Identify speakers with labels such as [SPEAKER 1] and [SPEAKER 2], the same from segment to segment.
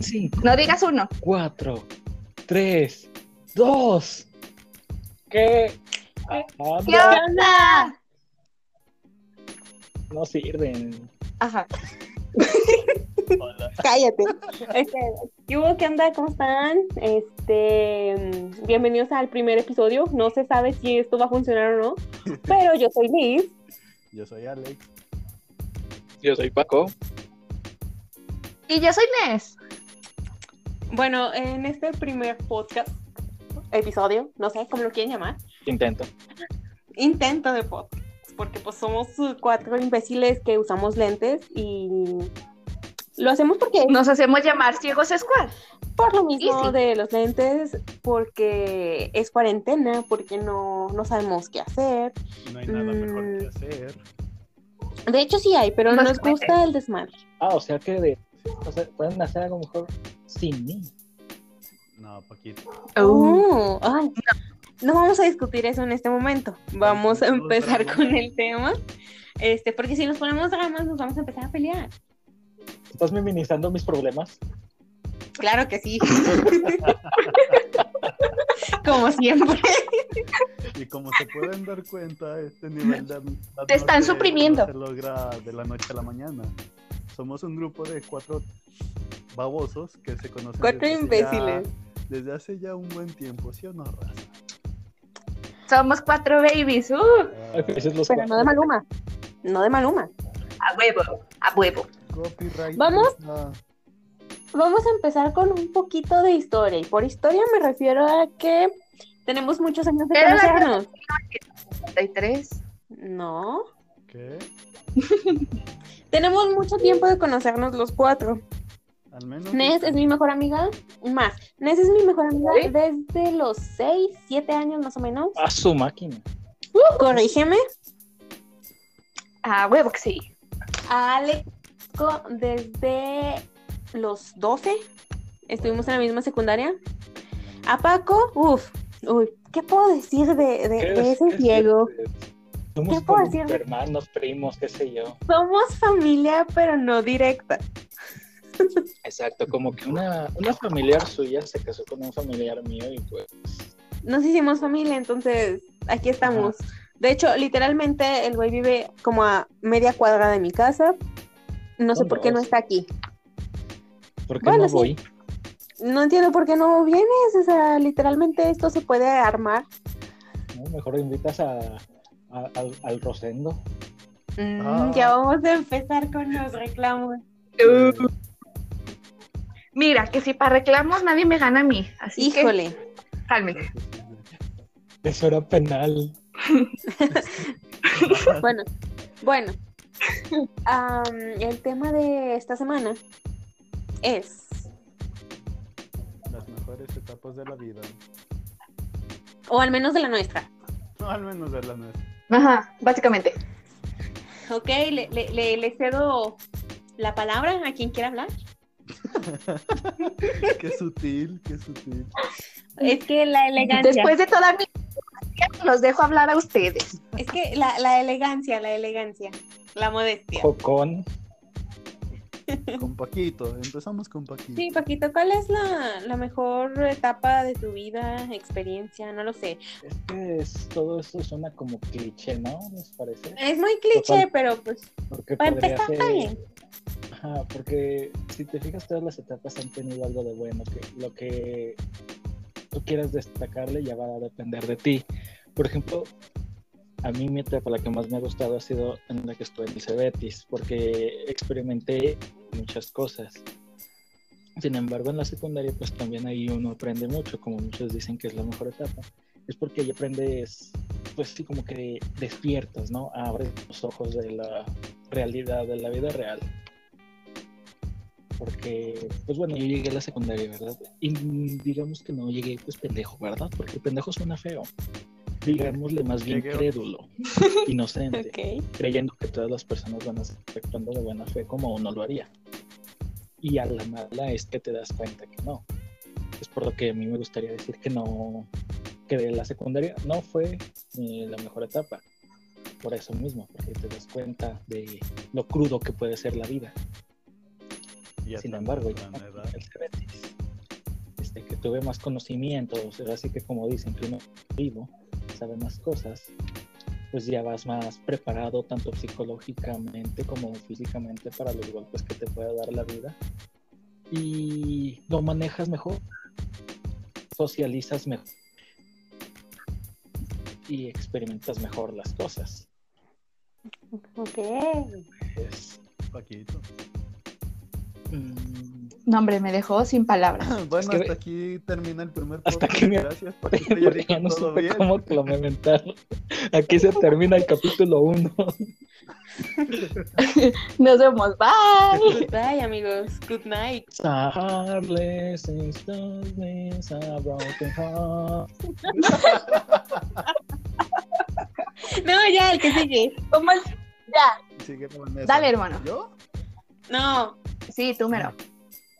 [SPEAKER 1] 5,
[SPEAKER 2] No digas uno.
[SPEAKER 1] 4, 3, 2. ¿Qué? Ah, no,
[SPEAKER 2] ¿Qué onda?
[SPEAKER 1] no sirven.
[SPEAKER 2] Ajá.
[SPEAKER 1] Hola.
[SPEAKER 3] Cállate.
[SPEAKER 4] Este, ¿qué hubo? ¿Qué onda? ¿Cómo están? Este, mm, bienvenidos al primer episodio. No se sabe si esto va a funcionar o no, pero yo soy Liz.
[SPEAKER 5] Yo soy Alex.
[SPEAKER 6] Yo soy Paco.
[SPEAKER 2] Y yo soy Nes.
[SPEAKER 4] Bueno, en este primer podcast, episodio, no sé cómo lo quieren llamar,
[SPEAKER 6] Intento.
[SPEAKER 4] intento de podcast, porque pues somos cuatro imbéciles que usamos lentes y lo hacemos porque
[SPEAKER 2] Nos hacemos llamar Ciegos Squad.
[SPEAKER 4] Por lo mismo
[SPEAKER 2] Easy.
[SPEAKER 4] de los lentes, porque es cuarentena, porque no, no sabemos qué hacer.
[SPEAKER 5] No hay nada mejor
[SPEAKER 4] Mm.
[SPEAKER 5] que hacer.
[SPEAKER 4] De hecho sí hay, pero
[SPEAKER 2] No
[SPEAKER 4] nos
[SPEAKER 2] se
[SPEAKER 4] gusta el desmadre.
[SPEAKER 1] Ah, o sea que de, o sea, pueden hacer algo mejor sin mí.
[SPEAKER 5] No, Paquito.
[SPEAKER 2] Uh.
[SPEAKER 4] Oh, ay. No vamos a discutir eso en este momento. Vamos a empezar con el tema. Este, porque si nos ponemos dramas, nos vamos a empezar a pelear.
[SPEAKER 1] ¿Estás minimizando mis problemas?
[SPEAKER 4] Claro que sí. Como siempre.
[SPEAKER 5] Y como se pueden dar cuenta, este nivel de amistad
[SPEAKER 2] Te están
[SPEAKER 5] se-
[SPEAKER 2] suprimiendo.
[SPEAKER 5] no se logra de la noche a la mañana. Somos un grupo de cuatro babosos que se conocen
[SPEAKER 4] Cuatro
[SPEAKER 5] desde hace
[SPEAKER 4] imbéciles.
[SPEAKER 5] ya- desde hace ya un buen tiempo, ¿sí o no, raza?
[SPEAKER 2] Somos cuatro babies. ¡uh!
[SPEAKER 5] Ah,
[SPEAKER 1] Ay, pues, es los
[SPEAKER 4] Pero no
[SPEAKER 1] cuatro.
[SPEAKER 4] de Maluma. No de Maluma.
[SPEAKER 2] A huevo, a huevo.
[SPEAKER 5] copyright.
[SPEAKER 4] Vamos.
[SPEAKER 5] Ah,
[SPEAKER 4] Vamos a empezar con un poquito de historia. Y por historia me refiero a que tenemos muchos años de
[SPEAKER 2] Era la-
[SPEAKER 4] conocernos.
[SPEAKER 2] 33.
[SPEAKER 4] No.
[SPEAKER 5] ¿Qué?
[SPEAKER 4] Tenemos mucho tiempo de conocernos los cuatro.
[SPEAKER 5] Al menos.
[SPEAKER 4] Nes es mi mejor amiga, más. Nes es mi mejor amiga
[SPEAKER 2] ¿Sí?
[SPEAKER 4] desde los 6, 7 años más o menos.
[SPEAKER 1] A su máquina.
[SPEAKER 4] Corrígeme.
[SPEAKER 2] A huevo que sí.
[SPEAKER 4] A Alex co- desde los 12. Estuvimos en la misma secundaria. A Paco, uff, uy, ¿qué puedo decir de, de- de ese
[SPEAKER 1] es-
[SPEAKER 4] Diego?
[SPEAKER 1] Somos
[SPEAKER 4] ¿Qué puedo
[SPEAKER 1] como
[SPEAKER 4] decir?
[SPEAKER 1] hermanos, primos, qué sé yo.
[SPEAKER 4] Somos familia, pero no directa.
[SPEAKER 6] Exacto, como que una, una familiar suya se casó con un familiar mío y pues
[SPEAKER 4] Nos hicimos familia, entonces aquí estamos. De hecho, literalmente el güey vive como a media cuadra de mi casa. No sé
[SPEAKER 1] Son
[SPEAKER 4] por qué no
[SPEAKER 1] dos.
[SPEAKER 4] está aquí.
[SPEAKER 1] ¿Por qué
[SPEAKER 4] Bueno,
[SPEAKER 1] no
[SPEAKER 4] sí.
[SPEAKER 1] voy?
[SPEAKER 4] No entiendo por qué no vienes. O sea, literalmente esto se puede armar.
[SPEAKER 1] ¿no? Mejor invitas a, a- al, al Rosendo.
[SPEAKER 4] Mm,
[SPEAKER 5] Ah.
[SPEAKER 4] Ya vamos a empezar con los reclamos.
[SPEAKER 1] eh,
[SPEAKER 2] Uh, Mira, que si para reclamos nadie me gana a mí. Así
[SPEAKER 4] Híjole.
[SPEAKER 2] que cálmate.
[SPEAKER 1] Eso era penal.
[SPEAKER 4] Bueno, bueno. Am, el tema de esta semana es.
[SPEAKER 5] Las mejores etapas de la vida.
[SPEAKER 4] O al menos de la nuestra.
[SPEAKER 5] No, al menos de la nuestra.
[SPEAKER 2] Ajá, básicamente.
[SPEAKER 4] Ok, le, le- le- le cedo la palabra a quien quiera hablar.
[SPEAKER 5] Qué sutil, qué sutil.
[SPEAKER 4] Es que la elegancia.
[SPEAKER 2] Después de toda mi... Los dejo hablar a ustedes.
[SPEAKER 4] Es que la, la elegancia, la elegancia. La modestia.
[SPEAKER 1] Jocón.
[SPEAKER 5] Con Paquito. Empezamos con Paquito.
[SPEAKER 4] Sí, Paquito, ¿cuál es la, la mejor etapa de tu vida, experiencia? No lo sé.
[SPEAKER 1] Es que es- todo eso suena como cliché, ¿no? ¿Les parece?
[SPEAKER 4] Es muy cliché, pero pues
[SPEAKER 1] Porque
[SPEAKER 4] para
[SPEAKER 1] podría
[SPEAKER 4] empezar
[SPEAKER 1] ser-
[SPEAKER 4] está bien.
[SPEAKER 1] Ajá, porque si te fijas, todas las etapas han tenido algo de bueno. Que lo que tú quieras destacarle ya va a depender de ti. Por ejemplo, a mí mi etapa la que más me ha gustado ha sido en la que estuve en Licebetis, porque experimenté muchas cosas. Sin embargo, en la secundaria, pues también ahí uno aprende mucho, como muchos dicen que es la mejor etapa. Es porque ahí aprendes, pues sí, como que despiertas, ¿no? Abres los ojos de la realidad, de la vida real porque, pues bueno, yo llegué a la secundaria, ¿verdad? Y mm, digamos que no llegué, pues pendejo, ¿verdad? Porque pendejo suena feo. Digámosle más bien
[SPEAKER 5] Llegué-
[SPEAKER 1] crédulo, inocente,
[SPEAKER 5] este.
[SPEAKER 4] Ok.
[SPEAKER 1] creyendo que todas las personas van a estar actuando de buena fe como uno lo haría. Y a la mala es que te das cuenta que no. Es por lo que a mí me gustaría decir que no, que de la secundaria no fue eh, la mejor etapa. Por eso mismo, porque te das cuenta de lo crudo que puede ser la vida.
[SPEAKER 5] Y ya
[SPEAKER 7] Sin
[SPEAKER 5] tan
[SPEAKER 7] embargo, yo
[SPEAKER 5] temprana edad.
[SPEAKER 7] el Cebetis, este, que tuve más conocimiento, o sea, así que como dicen que uno vivo, sabe más cosas, pues ya vas más preparado tanto psicológicamente como físicamente para los golpes que te puede dar la vida y lo manejas mejor, socializas mejor y experimentas mejor las cosas.
[SPEAKER 4] Ok.
[SPEAKER 7] Es,
[SPEAKER 5] Paquito.
[SPEAKER 7] mm,
[SPEAKER 2] No, hombre, me dejó sin palabras.
[SPEAKER 5] Bueno,
[SPEAKER 7] Es que-
[SPEAKER 5] hasta aquí termina el primer
[SPEAKER 7] Hasta
[SPEAKER 5] podcast.
[SPEAKER 7] que me-
[SPEAKER 5] Gracias, Paquito. Ya
[SPEAKER 7] Porque
[SPEAKER 5] dijo
[SPEAKER 7] ya no
[SPEAKER 5] todo
[SPEAKER 7] supe
[SPEAKER 5] bien.
[SPEAKER 7] cómo complementar. Aquí se termina el capítulo 1.
[SPEAKER 2] Nos vemos. Bye.
[SPEAKER 4] Bye, amigos. Good night.
[SPEAKER 7] Sarles instantly, a broken heart.
[SPEAKER 4] No, ya, el que sigue.
[SPEAKER 2] ¿Cómo es? Ya.
[SPEAKER 5] Sigue Vanessa.
[SPEAKER 2] Dale, hermano.
[SPEAKER 5] ¿Yo?
[SPEAKER 4] No.
[SPEAKER 2] Sí, tú mero.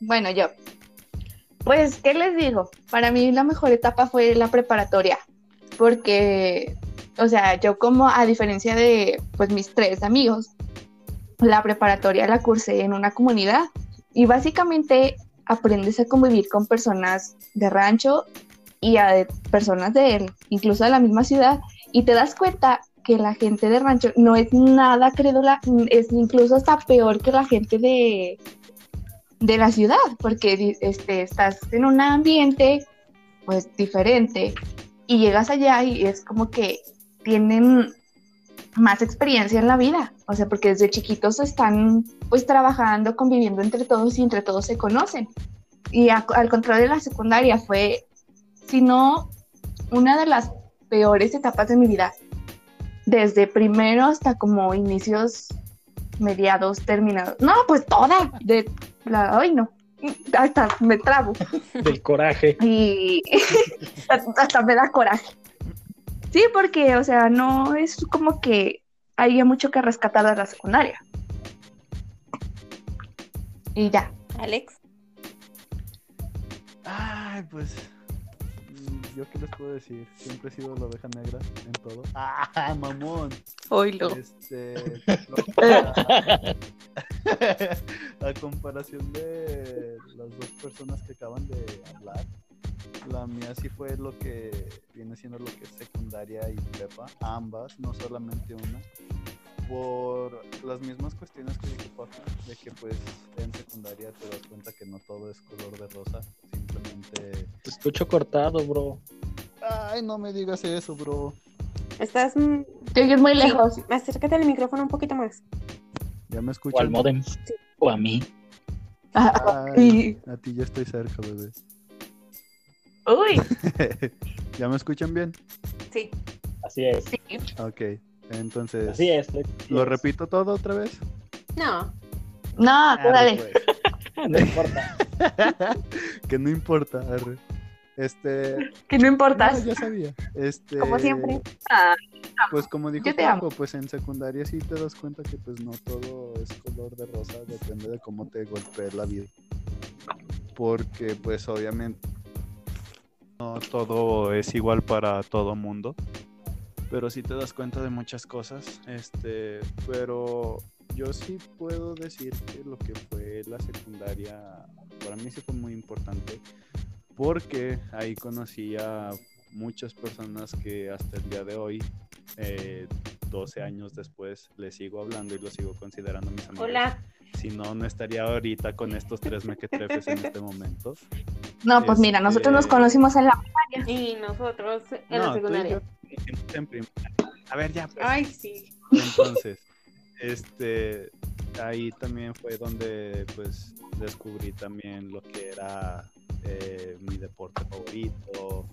[SPEAKER 2] Bueno, yo. Pues, ¿qué les digo? Para mí la mejor etapa fue la preparatoria, porque, o sea, yo como a diferencia de, pues, mis tres amigos, la preparatoria la cursé en una comunidad y básicamente aprendes a convivir con personas de rancho y a de- personas de él, incluso de la misma ciudad, y te das cuenta que la gente de rancho no es nada crédula, es incluso hasta peor que la gente de, de la ciudad, porque di- este, estás en un ambiente pues diferente y llegas allá y es como que tienen más experiencia en la vida, o sea, porque desde chiquitos están pues trabajando, conviviendo entre todos y entre todos se conocen. Y a- al contrario de la secundaria fue, si no, una de las peores etapas de mi vida, desde primero hasta como inicios, mediados, terminados. No, pues toda, de la, ay no, hasta me trabo
[SPEAKER 7] Del coraje.
[SPEAKER 2] y hasta me da coraje. Sí, porque, o sea, no es como que había mucho que rescatar de la secundaria. Y ya.
[SPEAKER 4] Alex.
[SPEAKER 5] Ay, pues. mm, ¿Yo qué les puedo decir? Siempre he sido la oveja negra en todo. ¡Ah, mamón!
[SPEAKER 4] Oilo.
[SPEAKER 5] Este. lo- a comparación de las dos personas que acaban de hablar, la mía sí fue lo que viene siendo lo que es secundaria y prepa, ambas, no solamente una, por las mismas cuestiones que dijo Paco, de que pues en secundaria te das cuenta que no todo es color de rosa, simplemente.
[SPEAKER 7] Te escucho cortado, bro.
[SPEAKER 5] Ay, no me digas eso, bro.
[SPEAKER 4] Estás. mm,
[SPEAKER 2] Yo es muy lejos.
[SPEAKER 4] Acércate al micrófono un poquito más.
[SPEAKER 5] Ya me
[SPEAKER 7] O al
[SPEAKER 5] escuchan.
[SPEAKER 7] modem. O a mí.
[SPEAKER 5] Ay, a ti ya estoy cerca, bebé.
[SPEAKER 2] Uy,
[SPEAKER 5] ¿Ya me escuchan bien?
[SPEAKER 4] Sí.
[SPEAKER 7] Así es.
[SPEAKER 2] sí.
[SPEAKER 5] Ok, entonces.
[SPEAKER 7] Así es.
[SPEAKER 5] ¿Lo repito todo otra vez?
[SPEAKER 4] No.
[SPEAKER 2] No, tú
[SPEAKER 5] Arre,
[SPEAKER 2] dale.
[SPEAKER 5] pues.
[SPEAKER 7] Ah, No importa.
[SPEAKER 5] que no importa, arre. Este.
[SPEAKER 2] Que no importa.
[SPEAKER 5] no, ya sabía. Este.
[SPEAKER 2] Como siempre. Ah,
[SPEAKER 5] Pues como dijo
[SPEAKER 2] Yo te
[SPEAKER 5] Paco, pues en secundaria sí te das cuenta que pues no todo es color de rosa, depende de cómo te golpee la vida. Porque pues obviamente no todo es igual para todo mundo. Pero sí te das cuenta de muchas cosas. Este, pero yo sí puedo decir que lo que fue la secundaria para mí sí fue muy importante. Porque ahí conocí a muchas personas que hasta el día de hoy eh, 12 años después les sigo hablando y los sigo considerando mis amigos.
[SPEAKER 4] Hola.
[SPEAKER 5] Si no, no estaría ahorita con estos tres mequetrefes en este momento.
[SPEAKER 2] no, pues mira, nosotros nos conocimos en la.
[SPEAKER 4] Y nosotros en la
[SPEAKER 5] no, tú y yo
[SPEAKER 4] secundaria.
[SPEAKER 5] nos conocimos en prim- A ver, ya. pues.
[SPEAKER 4] Ay, sí.
[SPEAKER 5] Entonces, este, ahí también fue donde pues descubrí también lo que era eh, mi deporte favorito,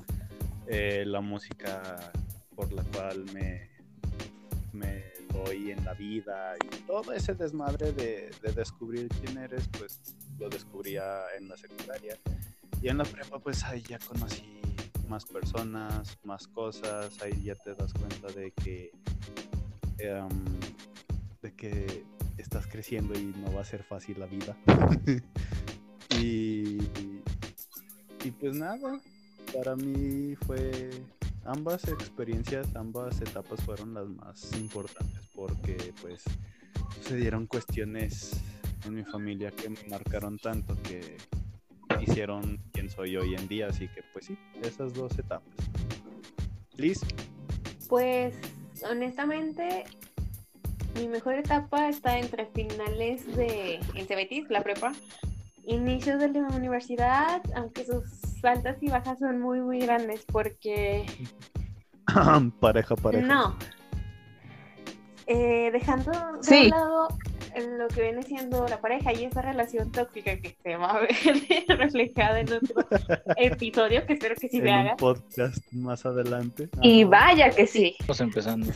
[SPEAKER 5] eh, la música por la cual me, me doy en la vida y todo ese desmadre de, de descubrir quién eres, pues lo descubría en la secundaria. Y en la prepa pues ahí ya conocí más personas, más cosas, ahí ya te das cuenta de que em, de que estás creciendo y no va a ser fácil la vida. y, y pues nada, para mí fue ambas experiencias, ambas etapas fueron las más importantes porque pues sucedieron cuestiones en mi familia que me marcaron tanto que hicieron quien soy hoy en día. Así que pues sí, esas dos etapas. Liz,
[SPEAKER 4] Pues, honestamente, mi mejor etapa está entre finales de el CBT, la prepa, inicios de la universidad, aunque sus altas y bajas son muy, muy grandes porque
[SPEAKER 5] pareja, pareja.
[SPEAKER 4] no. Eh, dejando de
[SPEAKER 2] Sí.
[SPEAKER 4] un lado lo que viene siendo la pareja y esa relación tóxica que se va a ver reflejada en otro episodio, que espero que sí se
[SPEAKER 5] en
[SPEAKER 4] haga.
[SPEAKER 5] un podcast más adelante. Ah,
[SPEAKER 2] Y
[SPEAKER 5] Ajá.
[SPEAKER 2] vaya que sí.
[SPEAKER 7] Estamos empezando.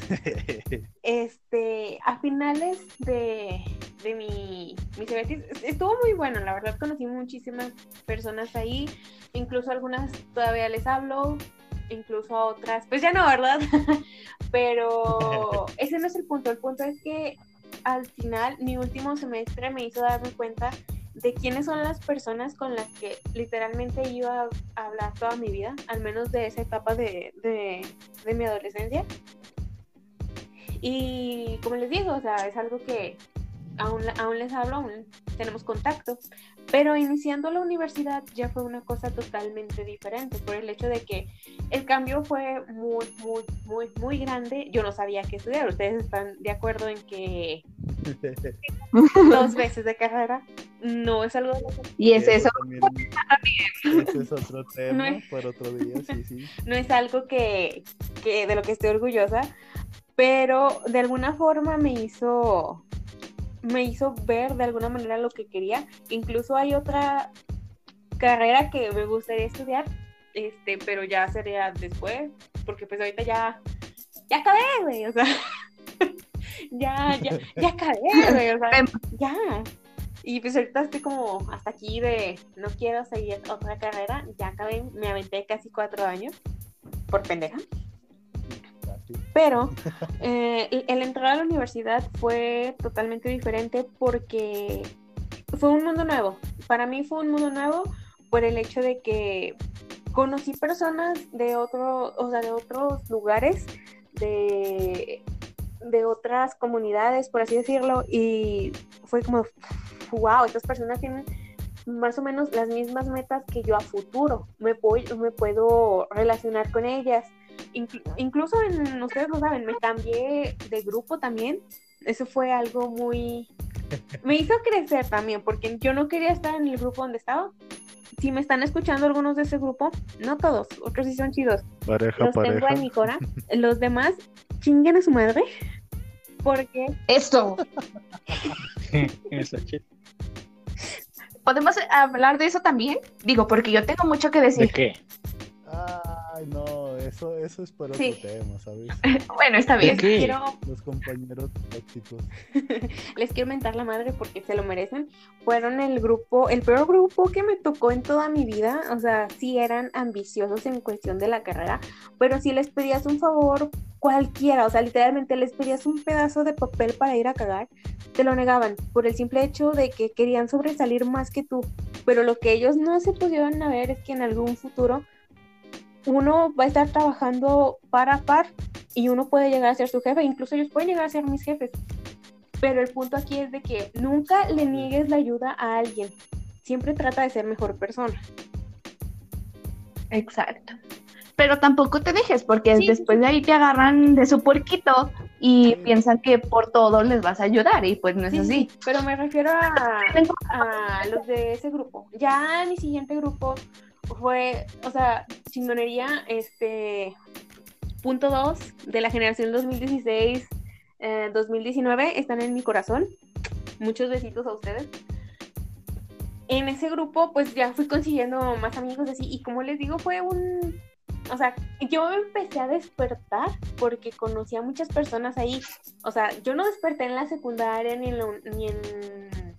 [SPEAKER 4] Este, a finales de, de mi, mi cebetis, estuvo muy bueno, la verdad conocí muchísimas personas ahí, incluso algunas todavía les hablo, incluso a otras, pues ya no, ¿verdad? Pero ese no es el punto, el punto es que al final mi último semestre me hizo darme cuenta de quiénes son las personas con las que literalmente iba a hablar toda mi vida, al menos de esa etapa de, de, de mi adolescencia. Y como les digo, o sea, es algo que aún, aún les hablo, aún tenemos contacto. Pero iniciando la universidad ya fue una cosa totalmente diferente por el hecho de que el cambio fue muy, muy, muy, muy grande. Yo no sabía qué estudiar. Ustedes están de acuerdo en que dos veces de carrera no es algo
[SPEAKER 2] Y es eso.
[SPEAKER 5] también- ese es otro tema
[SPEAKER 4] No es-
[SPEAKER 5] para otro día, sí, sí.
[SPEAKER 4] no es algo que, que de lo que estoy orgullosa, pero de alguna forma me hizo me hizo ver de alguna manera lo que quería. Incluso hay otra carrera que me gustaría estudiar, este, pero ya sería después, porque pues ahorita ya ya acabé, güey, o sea, ya ya ya acabé, güey, o sea, ya. Y pues ahorita estoy como hasta aquí de no quiero seguir otra carrera. Ya acabé, me aventé casi cuatro años por pendeja. Pero eh, el- el entrar a la universidad fue totalmente diferente porque fue un mundo nuevo. Para mí fue un mundo nuevo por el hecho de que conocí personas de otro, o sea, de otros lugares, de, de otras comunidades, por así decirlo, y fue como, wow, estas personas tienen más o menos las mismas metas que yo a futuro. Me, voy- me puedo relacionar con ellas. Inclu- incluso en, ustedes lo saben, me cambié de grupo también. Eso fue algo muy... Me hizo crecer también, porque yo no quería estar en el grupo donde estaba. Si me están escuchando algunos de ese grupo, no todos, otros sí son chidos
[SPEAKER 5] Pareja,
[SPEAKER 4] los tengo en mi cora. Los demás chinguen a su madre. Porque
[SPEAKER 2] Esto.
[SPEAKER 7] Esa chica.
[SPEAKER 2] ¿Podemos hablar de eso también? Digo, porque yo tengo mucho que decir.
[SPEAKER 7] ¿De qué?
[SPEAKER 5] Ay, no, eso, eso es para
[SPEAKER 4] Sí.
[SPEAKER 5] otro tema, ¿sabes?
[SPEAKER 2] Bueno, está
[SPEAKER 7] ¿De
[SPEAKER 2] bien.
[SPEAKER 4] les
[SPEAKER 7] qué?
[SPEAKER 4] quiero,
[SPEAKER 5] Los compañeros tóxicos.
[SPEAKER 4] les quiero mentar la madre porque se lo merecen. Fueron el grupo, el peor grupo que me tocó en toda mi vida. O sea, sí eran ambiciosos en cuestión de la carrera, pero si les pedías un favor cualquiera, o sea, literalmente les pedías un pedazo de papel para ir a cagar, te lo negaban por el simple hecho de que querían sobresalir más que tú. Pero lo que ellos no se pudieron a ver es que en algún futuro uno va a estar trabajando par a par y uno puede llegar a ser su jefe, incluso ellos pueden llegar a ser mis jefes. Pero el punto aquí es de que nunca le niegues la ayuda a alguien. Siempre trata de ser mejor persona.
[SPEAKER 2] Exacto. Pero tampoco te dejes, porque después de ahí te agarran de su puerquito y piensan que por todo les vas a ayudar, y pues no es
[SPEAKER 4] Sí,
[SPEAKER 2] así.
[SPEAKER 4] Pero me refiero a, a los de ese grupo. Ya mi siguiente grupo fue, o sea, chingonería, este, punto 2 de la generación 2016, eh, 2019, están en mi corazón. Muchos besitos a ustedes. En ese grupo, pues ya fui consiguiendo más amigos así, y como les digo, fue un... O sea, yo empecé a despertar porque conocí a muchas personas ahí. O sea, yo no desperté en la secundaria ni en la, un- ni en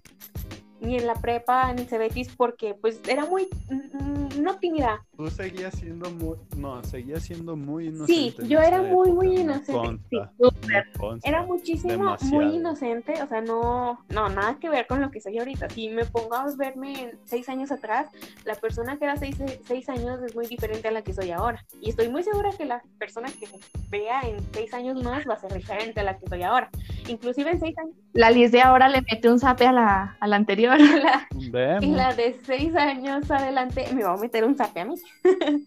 [SPEAKER 4] ni en la prepa, ni en Cebetis, porque pues era muy, mm, no tímida.
[SPEAKER 5] Tú seguías siendo muy, no, seguías siendo muy
[SPEAKER 4] Sí,
[SPEAKER 5] inocente. en
[SPEAKER 4] yo
[SPEAKER 5] esa
[SPEAKER 4] era muy,
[SPEAKER 5] época,
[SPEAKER 4] muy
[SPEAKER 5] me
[SPEAKER 4] inocente. Sí,
[SPEAKER 5] consta,
[SPEAKER 4] súper.
[SPEAKER 5] me consta.
[SPEAKER 4] Era muchísimo,
[SPEAKER 5] Demasiado.
[SPEAKER 4] muy inocente, o sea, no, no, nada que ver con lo que soy ahorita. Si me pongo a verme en seis años atrás, la persona que era seis, seis años es muy diferente a la que soy ahora. Y estoy muy segura que la persona que vea en seis años más va a ser diferente a la que soy ahora. Inclusive en seis años,
[SPEAKER 2] La Liz de ahora le mete un zape a la, a la anterior.
[SPEAKER 4] la, y
[SPEAKER 5] Vemos.
[SPEAKER 4] la de seis años adelante me va a meter un zape a mí.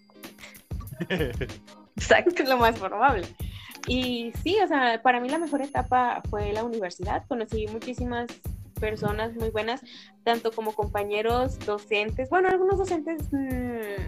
[SPEAKER 4] Exacto, lo más probable. Y sí, o sea, para mí la mejor etapa fue la universidad. Conocí muchísimas personas muy buenas, tanto como compañeros, docentes. Bueno, algunos docentes. mm,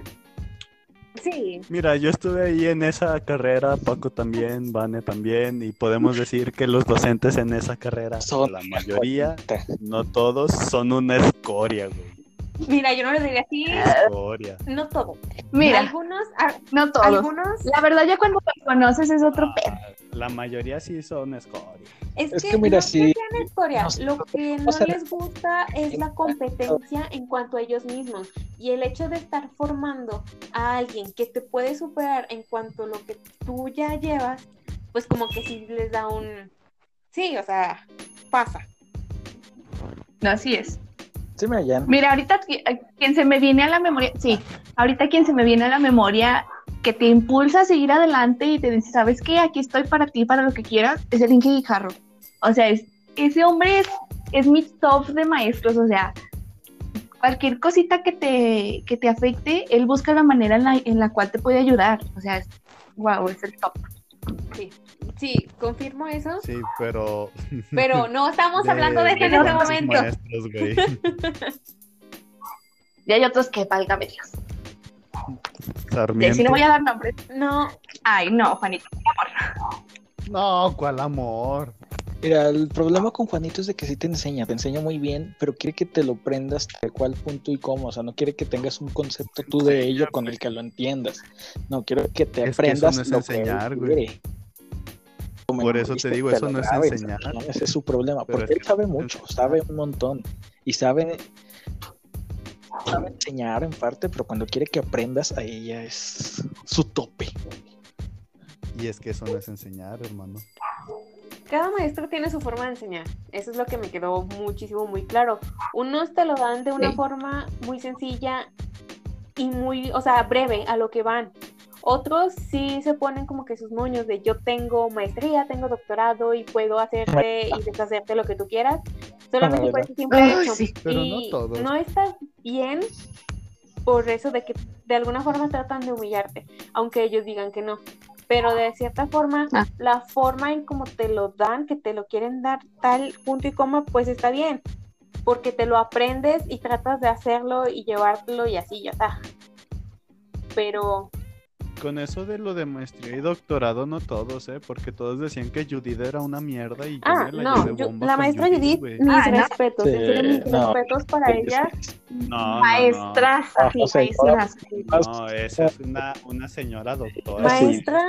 [SPEAKER 4] sí,
[SPEAKER 5] Mira, yo estuve ahí en esa carrera, Paco también, Vane también, y podemos decir que los docentes en esa carrera,
[SPEAKER 1] Son
[SPEAKER 5] la mayoría, no todos, son una escoria, güey.
[SPEAKER 4] mira, yo no les diría así,
[SPEAKER 5] Escoria.
[SPEAKER 4] no todo.
[SPEAKER 2] Mira,
[SPEAKER 4] Algunos, a-
[SPEAKER 2] no todos.
[SPEAKER 4] algunos,
[SPEAKER 2] La verdad, ya cuando los conoces es otro pedo.
[SPEAKER 5] Ah, La mayoría sí son escoria.
[SPEAKER 4] es,
[SPEAKER 7] Es que mira,
[SPEAKER 4] no
[SPEAKER 7] sí,
[SPEAKER 4] que sean escoria,
[SPEAKER 7] nos-
[SPEAKER 4] lo que no
[SPEAKER 7] o sea,
[SPEAKER 4] les gusta es la competencia en cuanto a ellos mismos y el hecho de estar formando a alguien que te puede superar en cuanto a lo que tú ya llevas, pues como que sí les da un... Sí, o sea, pasa.
[SPEAKER 2] No, así es.
[SPEAKER 1] Sí me allana.
[SPEAKER 2] Mira, ahorita qui- eh, quien se me viene a la memoria, sí, ahorita quien se me viene a la memoria que te impulsa a seguir adelante y te dice, ¿sabes qué? Aquí estoy para ti, para lo que quieras, es el Inge Guijarro. O sea, es, ese hombre es, es mi top de maestros, o sea, cualquier cosita que te, que te afecte, él busca la manera en la, en la cual te puede ayudar. O sea, es, wow, es el top.
[SPEAKER 4] Sí, sí, confirmo eso,
[SPEAKER 5] Sí, pero...
[SPEAKER 4] pero no estamos hablando de eso en este
[SPEAKER 5] grandes
[SPEAKER 4] momento.
[SPEAKER 5] maestros, güey.
[SPEAKER 2] Y hay otros que, válgame Dios, de si
[SPEAKER 5] Sarmiento.
[SPEAKER 2] no voy a dar nombres.
[SPEAKER 4] No,
[SPEAKER 2] Ay, no, Juanito.
[SPEAKER 5] No, cuál amor.
[SPEAKER 1] Mira, el problema con Juanito es de que sí te enseña, te enseña muy bien, pero quiere que te lo prendas de cuál punto y cómo, o sea, no quiere que tengas un concepto tú de ello con el que lo entiendas. No, quiero que te
[SPEAKER 5] Es que eso
[SPEAKER 1] aprendas
[SPEAKER 5] no es
[SPEAKER 1] lo que él
[SPEAKER 5] enseñar, güey.
[SPEAKER 1] quiere. Como
[SPEAKER 5] Por
[SPEAKER 1] en
[SPEAKER 5] eso te
[SPEAKER 1] Cristo,
[SPEAKER 5] digo,
[SPEAKER 1] te
[SPEAKER 5] eso
[SPEAKER 1] lo
[SPEAKER 5] no es
[SPEAKER 1] sabes,
[SPEAKER 5] enseñar.
[SPEAKER 1] ¿no? Ese es su problema,
[SPEAKER 5] Pero
[SPEAKER 1] porque
[SPEAKER 5] es
[SPEAKER 1] él
[SPEAKER 5] que
[SPEAKER 1] sabe
[SPEAKER 5] no es
[SPEAKER 1] mucho,
[SPEAKER 5] enseñar.
[SPEAKER 1] sabe un montón y sabe sabe enseñar en parte, pero cuando quiere que aprendas a ella es su tope.
[SPEAKER 5] Y es que eso no es enseñar, hermano.
[SPEAKER 4] Cada maestro tiene su forma de enseñar. Eso es lo que me quedó muchísimo muy claro. Unos te lo dan de una
[SPEAKER 2] Sí.
[SPEAKER 4] forma muy sencilla y muy, o sea, breve a lo que van. Otros sí se ponen como que sus moños de yo tengo maestría, tengo doctorado y puedo hacerte y deshacerte lo que tú quieras. Solamente por eso siempre
[SPEAKER 2] Ay,
[SPEAKER 4] he hecho.
[SPEAKER 2] sí.
[SPEAKER 5] Pero
[SPEAKER 4] Y
[SPEAKER 5] no todos.
[SPEAKER 4] No está bien por eso de que de alguna forma tratan de humillarte, aunque ellos digan que no. Pero de cierta forma,
[SPEAKER 2] Ah.
[SPEAKER 4] la forma en cómo te lo dan, que te lo quieren dar tal punto y coma, pues está bien. Porque te lo aprendes y tratas de hacerlo y llevártelo y así ya está. Pero
[SPEAKER 5] Pues Con eso de lo de maestría y doctorado, no todos, ¿eh? Porque todos decían que Judith era una mierda y yo
[SPEAKER 4] Ah,
[SPEAKER 5] me la
[SPEAKER 4] no,
[SPEAKER 5] llevé
[SPEAKER 4] yo-
[SPEAKER 5] bomba
[SPEAKER 4] la
[SPEAKER 5] con
[SPEAKER 4] maestra Judith,
[SPEAKER 5] güey.
[SPEAKER 4] mis
[SPEAKER 2] Ah, ¿no?
[SPEAKER 4] respetos, en
[SPEAKER 1] Sí,
[SPEAKER 4] serio, mis
[SPEAKER 1] no.
[SPEAKER 4] respetos para ella.
[SPEAKER 5] Ah, No, no,
[SPEAKER 2] maestras,
[SPEAKER 1] no.
[SPEAKER 2] así,
[SPEAKER 1] O sea,
[SPEAKER 2] maestras.
[SPEAKER 5] No, esa es una, una señora doctora.
[SPEAKER 4] Maestra,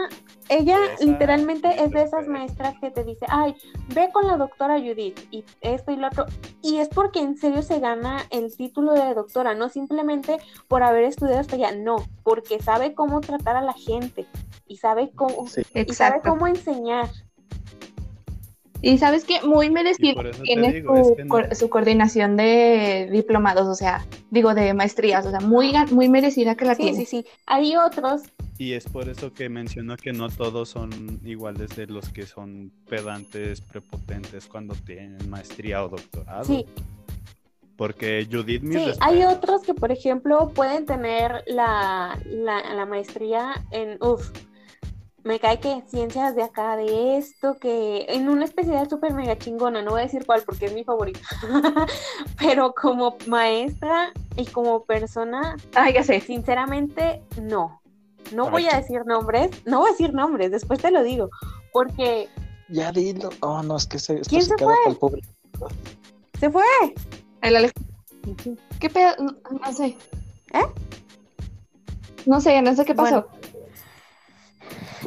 [SPEAKER 4] ella
[SPEAKER 5] Esa-
[SPEAKER 4] literalmente es de esas
[SPEAKER 5] esa-
[SPEAKER 4] maestras que te dice, ay, ve con la doctora Judith y esto y lo otro. Y es porque en serio se gana el título de doctora, no simplemente por haber estudiado hasta allá, no, porque sabe cómo tratar a la gente y sabe cómo,
[SPEAKER 1] Sí.
[SPEAKER 4] y sabe
[SPEAKER 2] Exacto.
[SPEAKER 4] cómo enseñar.
[SPEAKER 2] Y sabes que muy
[SPEAKER 5] Y
[SPEAKER 2] merecido
[SPEAKER 5] por eso te
[SPEAKER 2] tiene
[SPEAKER 5] digo,
[SPEAKER 2] su,
[SPEAKER 5] es que no-
[SPEAKER 2] cor- su coordinación de diplomados, o sea, digo de maestrías, o sea, muy, gan- muy merecida que la
[SPEAKER 4] Sí,
[SPEAKER 2] tiene.
[SPEAKER 4] sí, sí. Hay otros
[SPEAKER 5] Y es por eso que menciono que no todos son iguales de los que son pedantes, prepotentes cuando tienen maestría o doctorado.
[SPEAKER 4] Sí.
[SPEAKER 5] Porque Judith, mis
[SPEAKER 4] Sí,
[SPEAKER 5] respetos.
[SPEAKER 4] hay otros que, por ejemplo, pueden tener la, la, la maestría en, uff, me cae que ciencias de acá, de esto, que en una especialidad súper mega chingona, no voy a decir cuál porque es mi favorita, pero como maestra y como persona,
[SPEAKER 2] Ay, ya sé.
[SPEAKER 4] sinceramente, no. No
[SPEAKER 5] Ay,
[SPEAKER 4] voy a
[SPEAKER 5] qué-
[SPEAKER 4] decir nombres, no voy a decir nombres, después te lo digo, porque
[SPEAKER 1] Ya dilo. Oh, no, es que se, esto
[SPEAKER 4] ¿Quién se
[SPEAKER 1] se queda para el público.
[SPEAKER 4] se fue.
[SPEAKER 2] El Alex- ¿Qué pedo? No, no sé.
[SPEAKER 4] ¿Eh?
[SPEAKER 2] No sé, no sé qué pasó.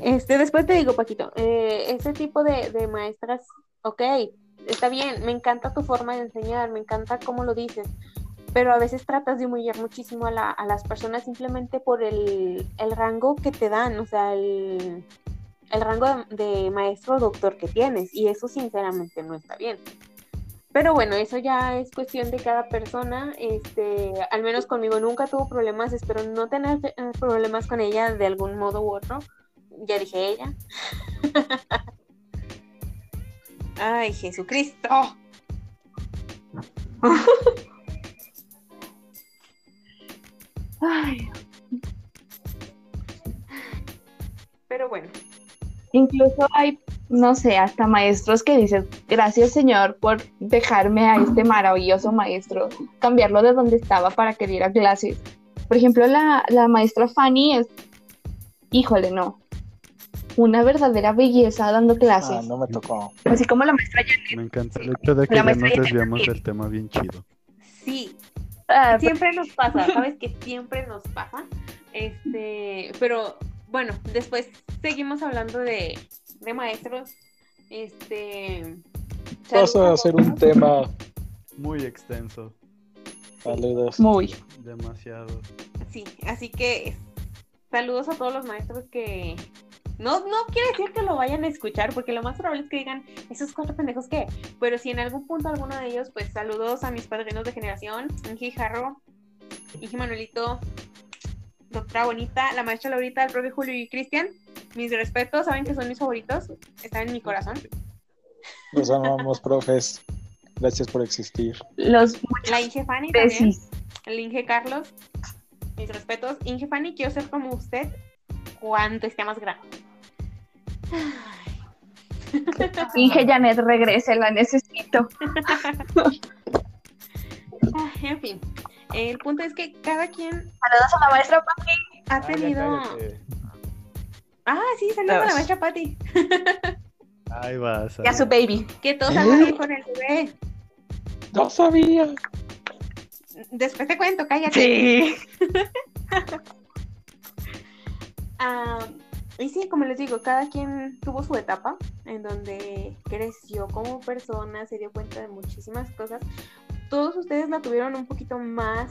[SPEAKER 4] Este, después te digo, Paquito, eh, ese tipo de, de maestras, ok, está bien, me encanta tu forma de enseñar, me encanta cómo lo dices, pero a veces tratas de humillar muchísimo a, la- a las personas simplemente por el, el rango que te dan, o sea, el, el rango de, de maestro o doctor que tienes, y eso sinceramente no está bien. Pero bueno, eso ya es cuestión de cada persona. Este, al menos conmigo nunca tuvo problemas, espero no tener eh, problemas con ella de algún modo u otro. Ya dije ella. Ay, Jesucristo.
[SPEAKER 2] Ay,
[SPEAKER 4] Pero bueno.
[SPEAKER 2] incluso hay, no sé, hasta maestros que dicen, gracias señor por dejarme a este maravilloso maestro, cambiarlo de donde estaba para que diera clases. Por ejemplo, la, la maestra Fanny es, híjole, no, una verdadera belleza dando clases.
[SPEAKER 1] Ah, no me tocó.
[SPEAKER 2] Así como la maestra
[SPEAKER 5] Me encanta el hecho de que
[SPEAKER 2] La
[SPEAKER 5] ya nos
[SPEAKER 2] maestría
[SPEAKER 5] desviamos del tema bien chido.
[SPEAKER 4] Sí,
[SPEAKER 2] Ah,
[SPEAKER 4] siempre nos pasa, sabes que siempre nos pasa. Este, pero bueno, después seguimos hablando de, de maestros. Este.
[SPEAKER 1] Vas a hacer un tema.
[SPEAKER 5] Muy extenso,
[SPEAKER 1] Saludos.
[SPEAKER 2] muy.
[SPEAKER 5] demasiado.
[SPEAKER 4] Sí, así que saludos a todos los maestros que no, no quiere decir que lo vayan a escuchar, porque lo más probable es que digan, esos cuatro pendejos qué, pero si en algún punto alguno de ellos, pues saludos a mis padrinos de generación, Ingi Jarro, Ingi Manuelito, doctora Bonita, la maestra Laurita, el profe Julio y Cristian, mis respetos, saben que son mis favoritos, están en mi corazón.
[SPEAKER 1] Los amamos, profes. Gracias por existir.
[SPEAKER 2] Los
[SPEAKER 4] La Inge Fanny también.
[SPEAKER 2] muchos
[SPEAKER 4] el Inge Carlos. Mis respetos. Inge Fanny, quiero ser como usted cuando esté más grande.
[SPEAKER 2] Inge Janet, regrese, la necesito.
[SPEAKER 4] Ay, en fin, el punto es que cada quien
[SPEAKER 2] Saludos a la maestra Fanny.
[SPEAKER 4] ha
[SPEAKER 5] Ah, ya
[SPEAKER 4] tenido.
[SPEAKER 5] cállate.
[SPEAKER 4] Ah, sí, saludos a la
[SPEAKER 2] Todos.
[SPEAKER 4] maestra Patti.
[SPEAKER 5] Ahí vas.
[SPEAKER 2] y a su baby.
[SPEAKER 4] Que todos
[SPEAKER 1] ¿Eh?
[SPEAKER 4] andan bien con el bebé.
[SPEAKER 1] No sabía.
[SPEAKER 4] Después te cuento, cállate.
[SPEAKER 2] Sí.
[SPEAKER 4] Ah, y sí, como les digo, cada quien tuvo su etapa en donde creció como persona, se dio cuenta de muchísimas cosas. Todos ustedes la tuvieron un poquito más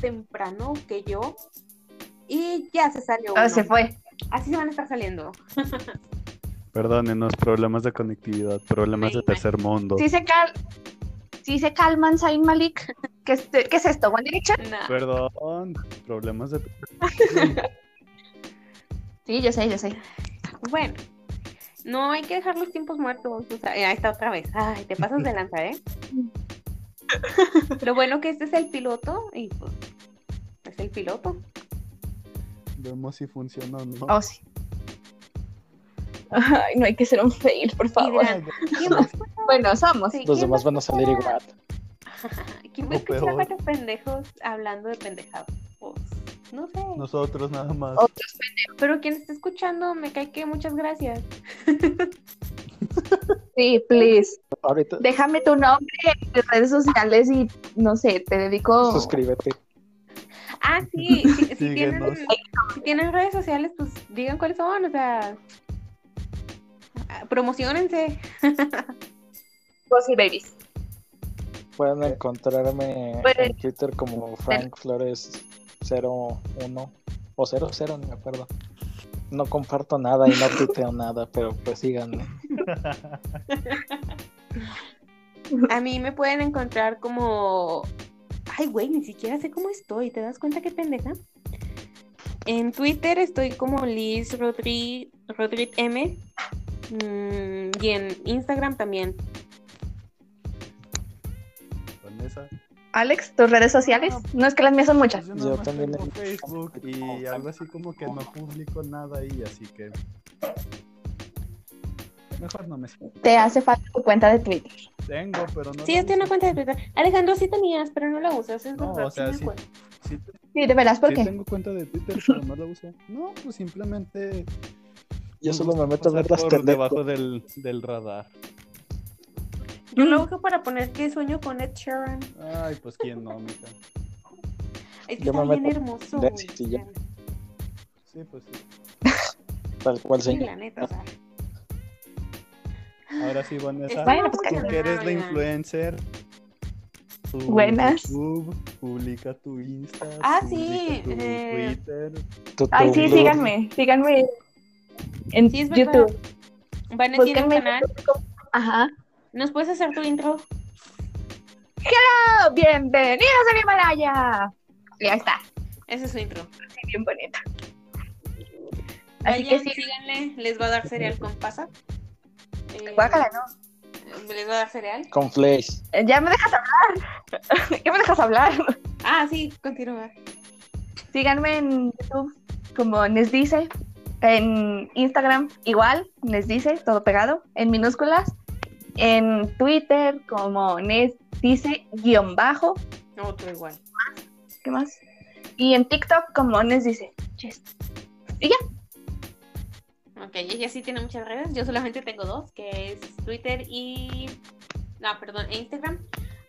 [SPEAKER 4] temprano que yo y ya se salió. uno.
[SPEAKER 2] Ah, se fue.
[SPEAKER 4] Así se van a estar saliendo.
[SPEAKER 5] Perdónenos, problemas de conectividad, problemas de
[SPEAKER 4] Me
[SPEAKER 5] tercer mundo.
[SPEAKER 2] Sí se, cal... sí se calman, Zayn Malik. ¿Qué, este- qué es esto? ¿One Direction?
[SPEAKER 4] Nah.
[SPEAKER 5] Perdón, problemas de...
[SPEAKER 2] Sí, yo sé, yo sé.
[SPEAKER 4] Bueno, no hay que dejar los tiempos muertos. o sea, eh, ahí está otra vez. Ay, te pasas de lanza, ¿eh? Lo bueno que este es el piloto y pues es el piloto.
[SPEAKER 5] Vemos si funciona o no.
[SPEAKER 2] Oh, sí. Ay, no hay que ser un fail, por
[SPEAKER 4] Y
[SPEAKER 2] favor.
[SPEAKER 4] dirán, ¿quién va a escuchar?
[SPEAKER 2] Bueno, somos.
[SPEAKER 4] Sí,
[SPEAKER 1] Los
[SPEAKER 4] ¿quién
[SPEAKER 1] demás
[SPEAKER 4] va
[SPEAKER 1] van a salir igual.
[SPEAKER 4] escuchar- ¿Quién va a
[SPEAKER 5] O
[SPEAKER 4] escuchar
[SPEAKER 5] peor.
[SPEAKER 4] a cuatro pendejos hablando de pendejadas? Pues, no sé.
[SPEAKER 5] Nosotros nada más.
[SPEAKER 4] Pero quien está escuchando, me cae que muchas gracias.
[SPEAKER 2] Sí, please.
[SPEAKER 1] Ahorita
[SPEAKER 2] Déjame tu nombre en mis redes sociales y no sé, te dedico.
[SPEAKER 1] suscríbete.
[SPEAKER 4] Ah, sí. Si, si
[SPEAKER 5] Síguenos.
[SPEAKER 4] tienen, si tienen redes sociales, pues digan cuáles son. O sea, ah, promocionense.
[SPEAKER 2] Bossy Babies.
[SPEAKER 1] Pueden encontrarme
[SPEAKER 2] Bueno.
[SPEAKER 1] en Twitter como Frank Flores 01 o 00, no me acuerdo. No comparto nada y no tuiteo nada, pero pues síganme.
[SPEAKER 4] A mí me pueden encontrar como. Ay, güey, ni siquiera sé cómo estoy. ¿Te das cuenta qué pendeja? En Twitter estoy como Liz Rodri... Rodríguez M. Mm, y en Instagram también.
[SPEAKER 5] Vanessa.
[SPEAKER 2] Alex, tus redes sociales. Ah, No es que las mías son muchas.
[SPEAKER 5] Pues yo nada
[SPEAKER 1] Yo
[SPEAKER 5] más
[SPEAKER 1] también
[SPEAKER 5] tengo
[SPEAKER 1] en-
[SPEAKER 5] Facebook y algo así como que no publico nada ahí, así que... Mejor no me...
[SPEAKER 2] Te hace falta tu cuenta de Twitter.
[SPEAKER 5] Tengo, pero no...
[SPEAKER 4] Sí,
[SPEAKER 5] lo
[SPEAKER 4] yo tengo una
[SPEAKER 5] uso.
[SPEAKER 4] cuenta de Twitter. Alejandro, sí tenías, pero no la usas. Es
[SPEAKER 5] No,
[SPEAKER 4] verdad,
[SPEAKER 5] o sea,
[SPEAKER 4] sí me
[SPEAKER 5] sí-
[SPEAKER 4] acuerdo.
[SPEAKER 5] Sí,
[SPEAKER 2] Sí, de veras, ¿por
[SPEAKER 5] sí
[SPEAKER 2] qué?
[SPEAKER 5] tengo cuenta de Twitter, pero no la uso. No, pues simplemente...
[SPEAKER 1] Yo
[SPEAKER 5] nos
[SPEAKER 1] solo me meto
[SPEAKER 5] gusta
[SPEAKER 1] a ver las
[SPEAKER 5] pasar por
[SPEAKER 1] tendencias.
[SPEAKER 5] debajo del, del radar.
[SPEAKER 4] Yo lo uso para poner que sueño con Ed Sheeran.
[SPEAKER 5] Ay, pues quién no, mija.
[SPEAKER 4] Es que
[SPEAKER 1] Yo
[SPEAKER 4] está
[SPEAKER 1] me
[SPEAKER 4] bien
[SPEAKER 1] meto
[SPEAKER 4] hermoso.
[SPEAKER 1] de-
[SPEAKER 4] güey.
[SPEAKER 1] sí, ya.
[SPEAKER 5] Sí, pues sí.
[SPEAKER 1] Tal cual,
[SPEAKER 4] Sí,
[SPEAKER 1] señor.
[SPEAKER 4] la neta, o sea.
[SPEAKER 5] Ahora sí, Vanessa.
[SPEAKER 2] Bueno, pues,
[SPEAKER 5] Tú que eres la
[SPEAKER 4] Oigan.
[SPEAKER 5] influencer. Tu
[SPEAKER 2] Buenas.
[SPEAKER 5] YouTube, publica tu Insta.
[SPEAKER 4] Ah,
[SPEAKER 5] publica
[SPEAKER 4] sí,
[SPEAKER 5] tu
[SPEAKER 4] eh.
[SPEAKER 5] Twitter.
[SPEAKER 1] Tu-
[SPEAKER 2] Ay,
[SPEAKER 1] tu
[SPEAKER 2] sí,
[SPEAKER 1] blog.
[SPEAKER 2] síganme, síganme en
[SPEAKER 4] Sí, es verdad.
[SPEAKER 2] YouTube.
[SPEAKER 1] Pues
[SPEAKER 4] Vanessa tiene un
[SPEAKER 2] Búsquenme en
[SPEAKER 4] canal.
[SPEAKER 2] YouTube. Ajá.
[SPEAKER 4] ¿Nos puedes hacer tu intro?
[SPEAKER 2] Oh, bienvenidos a mi Himalaya. Y ahí está,
[SPEAKER 4] Ese es su intro.
[SPEAKER 2] sí, bien bonita. Así
[SPEAKER 4] Vayan,
[SPEAKER 2] que sí,
[SPEAKER 4] síganle. Les va a dar cereal con pasa. Eh,
[SPEAKER 2] guácala, ¿no?
[SPEAKER 4] Les va a dar cereal.
[SPEAKER 1] Con Flash.
[SPEAKER 2] Eh, Ya me dejas hablar. ¿Qué me dejas hablar?
[SPEAKER 4] Ah, sí, continúa.
[SPEAKER 2] Síganme en YouTube como les dice, en Instagram igual, les dice, todo pegado, en minúsculas, en Twitter como les dice guión bajo,
[SPEAKER 4] Otro igual.
[SPEAKER 2] ¿qué más? Y en TikTok como les dice. Yes.
[SPEAKER 4] Ok, ella sí tiene muchas redes. Yo solamente tengo dos, que es Twitter y... No, perdón, e Instagram.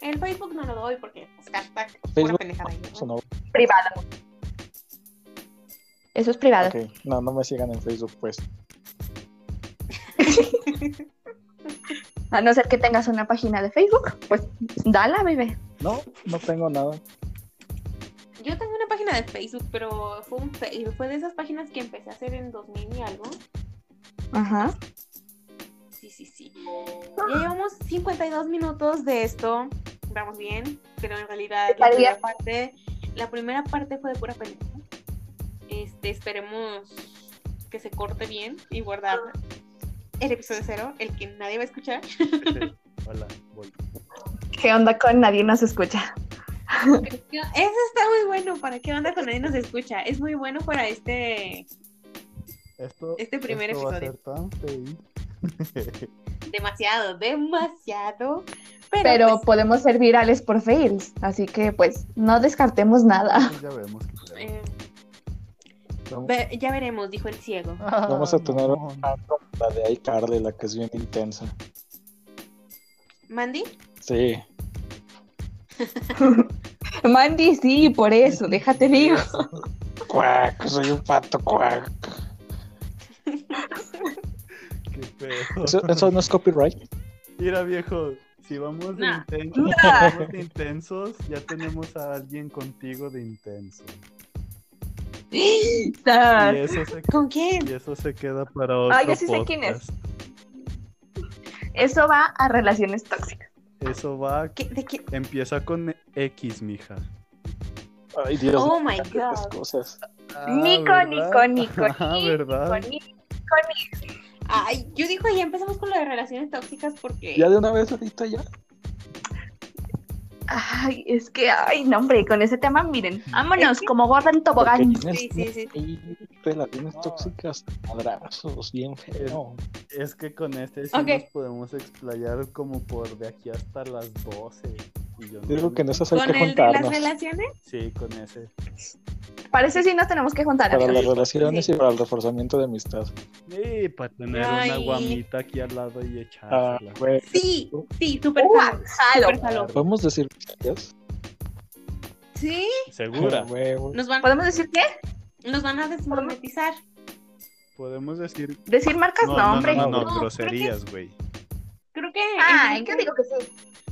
[SPEAKER 4] En Facebook no lo doy porque es hashtag pura
[SPEAKER 1] Facebook.
[SPEAKER 4] pendejada. ahí,
[SPEAKER 1] Eso
[SPEAKER 4] ¿no?
[SPEAKER 1] no.
[SPEAKER 2] Privado. Eso es privado.
[SPEAKER 1] Ok. No, no me sigan en Facebook, pues.
[SPEAKER 2] A no ser que tengas una página de Facebook, pues dala, bebé.
[SPEAKER 1] No, no tengo nada.
[SPEAKER 4] Yo tengo una página de Facebook, pero fue, un fe- fue de esas páginas que empecé a hacer en 2000 y algo.
[SPEAKER 2] Ajá.
[SPEAKER 4] Sí, sí, sí. Ah. Ya llevamos 52 minutos de esto. Vamos bien, pero en realidad
[SPEAKER 2] Está
[SPEAKER 4] la
[SPEAKER 2] bien.
[SPEAKER 4] primera parte, la primera parte fue de pura pendeja. Este, esperemos que se corte bien y guardar el episodio cero, el que nadie va a escuchar.
[SPEAKER 5] Hola, volví.
[SPEAKER 2] ¿Qué onda con nadie nos escucha?
[SPEAKER 4] Eso está muy bueno. ¿Para qué onda con nadie nos escucha? Es muy bueno para este
[SPEAKER 5] Esto,
[SPEAKER 4] Este primer
[SPEAKER 5] esto va a
[SPEAKER 4] episodio.
[SPEAKER 5] ser tan feliz.
[SPEAKER 4] demasiado, demasiado. Pero,
[SPEAKER 2] Pero
[SPEAKER 4] pues,
[SPEAKER 2] podemos ser virales por fails, así que pues no descartemos nada.
[SPEAKER 5] Pues ya vemos qué pedo.
[SPEAKER 4] eh,
[SPEAKER 1] Vamos,
[SPEAKER 4] ve- ya veremos, dijo el ciego.
[SPEAKER 5] Ah,
[SPEAKER 1] vamos a tener
[SPEAKER 5] mamón.
[SPEAKER 1] una como la de iCarly, la que es bien intensa.
[SPEAKER 4] Mandy,
[SPEAKER 1] Sí.
[SPEAKER 2] Mandy, sí, por eso, déjate digo.
[SPEAKER 1] Cuac, soy un pato cuac.
[SPEAKER 5] Qué pedo.
[SPEAKER 1] ¿Eso, eso no es copyright?
[SPEAKER 5] Mira, viejo, si vamos de
[SPEAKER 4] Nah.
[SPEAKER 5] intensos, si vamos de intensos, ya tenemos a alguien contigo de intenso. Y eso se,
[SPEAKER 4] ¿con quién?
[SPEAKER 5] y eso se queda para otro
[SPEAKER 2] Ah, ya sí sé quién es.
[SPEAKER 5] podcast.
[SPEAKER 2] Eso va a relaciones tóxicas.
[SPEAKER 5] Eso va,
[SPEAKER 4] ¿Qué- ¿De qué?
[SPEAKER 5] empieza con X, mija.
[SPEAKER 1] Ay, Dios.
[SPEAKER 4] Oh
[SPEAKER 1] no
[SPEAKER 4] my
[SPEAKER 1] hagan esas
[SPEAKER 4] God.
[SPEAKER 1] cosas.
[SPEAKER 2] Ah, Nico, Nico, Nico,
[SPEAKER 5] Ah, ¿verdad?
[SPEAKER 2] Nico, Nico.
[SPEAKER 4] Ay, yo digo, ya empezamos con lo de relaciones tóxicas porque
[SPEAKER 1] Ya de una vez ahorita ya.
[SPEAKER 2] Ay, es que, ay, no, hombre, con ese tema, miren, vámonos, como gorda en
[SPEAKER 1] Porque
[SPEAKER 2] tobogán.
[SPEAKER 1] tienes-
[SPEAKER 4] Sí, sí, sí.
[SPEAKER 1] Y relaciones
[SPEAKER 5] No.
[SPEAKER 1] tóxicas, abrazos, bien feo.
[SPEAKER 5] Es que con este sí
[SPEAKER 4] Ok.
[SPEAKER 5] nos podemos explayar como por de aquí hasta las 12. Y yo no
[SPEAKER 1] Digo que en esas hay
[SPEAKER 4] con
[SPEAKER 1] que
[SPEAKER 4] el de las
[SPEAKER 1] juntarnos.
[SPEAKER 4] relaciones.
[SPEAKER 5] Sí, con ese.
[SPEAKER 2] Parece si nos tenemos que juntar,
[SPEAKER 1] Para las
[SPEAKER 2] amigos.
[SPEAKER 1] relaciones
[SPEAKER 4] Sí.
[SPEAKER 1] y para el reforzamiento de amistad.
[SPEAKER 5] Sí, para tener una
[SPEAKER 4] Ay.
[SPEAKER 5] guamita aquí al lado y echársela.
[SPEAKER 1] Ah, güey.
[SPEAKER 4] Sí, sí, súper
[SPEAKER 2] Uh,
[SPEAKER 4] jalo,
[SPEAKER 2] jalo.
[SPEAKER 4] súper jalo.
[SPEAKER 1] ¿Podemos decir gracias?
[SPEAKER 4] Sí,
[SPEAKER 1] Ah,
[SPEAKER 5] ¿Segura?
[SPEAKER 4] nos van,
[SPEAKER 2] ¿Podemos decir qué?
[SPEAKER 4] nos van a desmonetizar.
[SPEAKER 5] Podemos decir.
[SPEAKER 2] ¿Decir marcas? No, hombre.
[SPEAKER 5] no, no,
[SPEAKER 4] No,
[SPEAKER 5] groserías, güey.
[SPEAKER 4] Creo que,
[SPEAKER 2] Ay,
[SPEAKER 4] en-
[SPEAKER 2] Ah,
[SPEAKER 4] este
[SPEAKER 2] ¿qué digo que sí?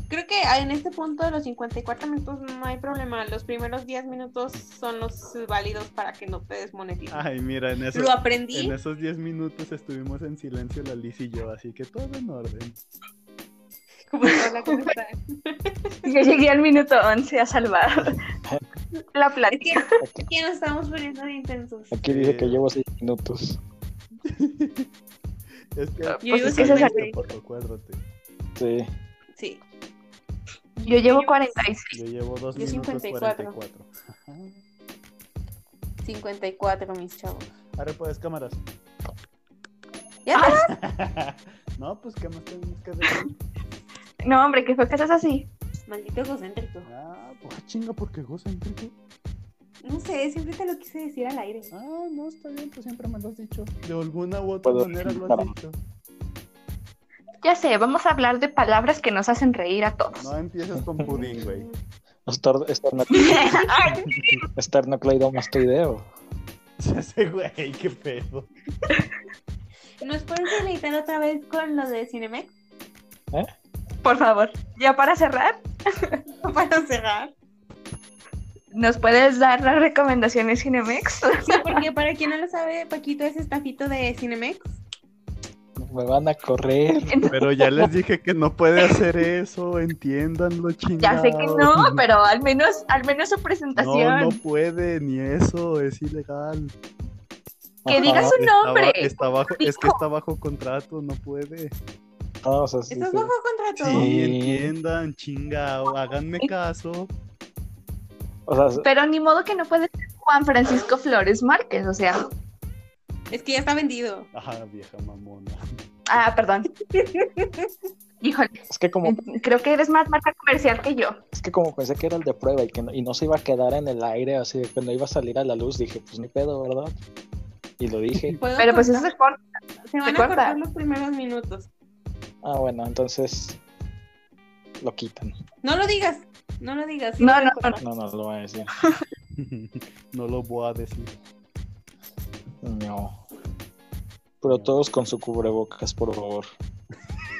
[SPEAKER 4] creo que en este punto de los 54 minutos no hay problema. Los primeros 10 minutos son los válidos para que no te desmoneticen.
[SPEAKER 5] Ay, mira, en esos,
[SPEAKER 4] Lo aprendí.
[SPEAKER 5] en esos 10 minutos estuvimos en silencio la Liz y yo, así que todo en orden.
[SPEAKER 4] Como hola, ¿cómo estás?
[SPEAKER 2] Yo llegué al minuto 11 a salvar la plata.
[SPEAKER 4] Es que, es que nos estamos poniendo de intensos.
[SPEAKER 1] Aquí dice que llevo seis minutos.
[SPEAKER 5] Pues Es que.
[SPEAKER 4] Yo digo
[SPEAKER 2] es que
[SPEAKER 4] sí,
[SPEAKER 2] se
[SPEAKER 5] acuérdate,
[SPEAKER 4] sí.
[SPEAKER 5] por- acuérdate.
[SPEAKER 1] Sí.
[SPEAKER 4] Sí.
[SPEAKER 2] Yo llevo 46.
[SPEAKER 5] Yo llevo 2
[SPEAKER 4] Yo
[SPEAKER 5] minutos
[SPEAKER 4] 54.
[SPEAKER 5] 44. Ajá.
[SPEAKER 4] 54, mis chavos.
[SPEAKER 5] Ahora puedes pues, cámaras.
[SPEAKER 4] Ya te-
[SPEAKER 5] no, pues, ¿qué más tenemos que decir?
[SPEAKER 2] No, hombre, que fue que seas así.
[SPEAKER 4] Maldito egocéntrico.
[SPEAKER 5] Ah, pues chinga, porque egocéntrico.
[SPEAKER 4] No sé, siempre te lo quise decir al aire.
[SPEAKER 5] Ah, no, está bien, pues siempre me lo has dicho. De alguna u otra
[SPEAKER 4] Pues,
[SPEAKER 1] Puedo-
[SPEAKER 5] manera lo
[SPEAKER 1] Claro.
[SPEAKER 5] has dicho.
[SPEAKER 2] Ya sé, vamos a hablar de palabras que nos hacen reír a todos.
[SPEAKER 5] No empieces con pudín, güey.
[SPEAKER 1] Estar- estarno-
[SPEAKER 2] Ay,
[SPEAKER 1] Esternocleidomastoideo.
[SPEAKER 5] Ese güey, qué pedo.
[SPEAKER 4] ¿Nos puedes deleitar otra vez con lo de Cinemex?
[SPEAKER 7] ¿Eh?
[SPEAKER 4] Por favor, ya para cerrar, para cerrar.
[SPEAKER 2] ¿Nos puedes dar las recomendaciones Cinemex?
[SPEAKER 4] Sí, porque para quien no lo sabe, Paquito es estafito de Cinemex.
[SPEAKER 1] Me van a correr.
[SPEAKER 5] Pero ya les dije que no puede hacer eso, entiéndanlo,
[SPEAKER 2] Ya
[SPEAKER 5] chingados.
[SPEAKER 2] sé que no, pero al menos, al menos su
[SPEAKER 5] No,
[SPEAKER 2] presentación.
[SPEAKER 5] no puede, ni eso, es ilegal. Ah,
[SPEAKER 2] Que diga su
[SPEAKER 5] Está ba-
[SPEAKER 2] nombre.
[SPEAKER 5] está bajo- es que
[SPEAKER 2] Dijo.
[SPEAKER 5] está bajo contrato, no puede.
[SPEAKER 1] Ah, o sea, sí,
[SPEAKER 4] Estás
[SPEAKER 1] sí.
[SPEAKER 4] bajo contrato.
[SPEAKER 5] Sí,
[SPEAKER 1] Sí.
[SPEAKER 5] entiendan, chingado, háganme caso.
[SPEAKER 1] O sea,
[SPEAKER 2] Pero ni modo que no puede ser Juan Francisco Flores Márquez, o sea.
[SPEAKER 4] Es que ya está vendido.
[SPEAKER 5] Ajá, vieja mamona.
[SPEAKER 2] Ah, perdón. Híjole,
[SPEAKER 1] es que como
[SPEAKER 2] creo que eres más marca comercial que yo.
[SPEAKER 1] es que como pensé que era el de prueba y que no, y no se iba a quedar en el aire así de que no iba a salir a la luz, dije, pues ni pedo, ¿verdad? Y lo dije.
[SPEAKER 4] Puedo
[SPEAKER 2] Pero pues eso
[SPEAKER 4] cortar.
[SPEAKER 2] se corta.
[SPEAKER 4] se van
[SPEAKER 2] se
[SPEAKER 4] a
[SPEAKER 2] corta.
[SPEAKER 4] cortar los primeros minutos.
[SPEAKER 1] Ah, bueno, entonces lo quitan.
[SPEAKER 4] No lo digas, no lo digas. sí
[SPEAKER 2] No,
[SPEAKER 4] van
[SPEAKER 2] no,
[SPEAKER 4] a cortar.
[SPEAKER 1] No, no lo voy a decir.
[SPEAKER 5] No lo voy a decir.
[SPEAKER 1] No. Pero todos con su cubrebocas, por favor.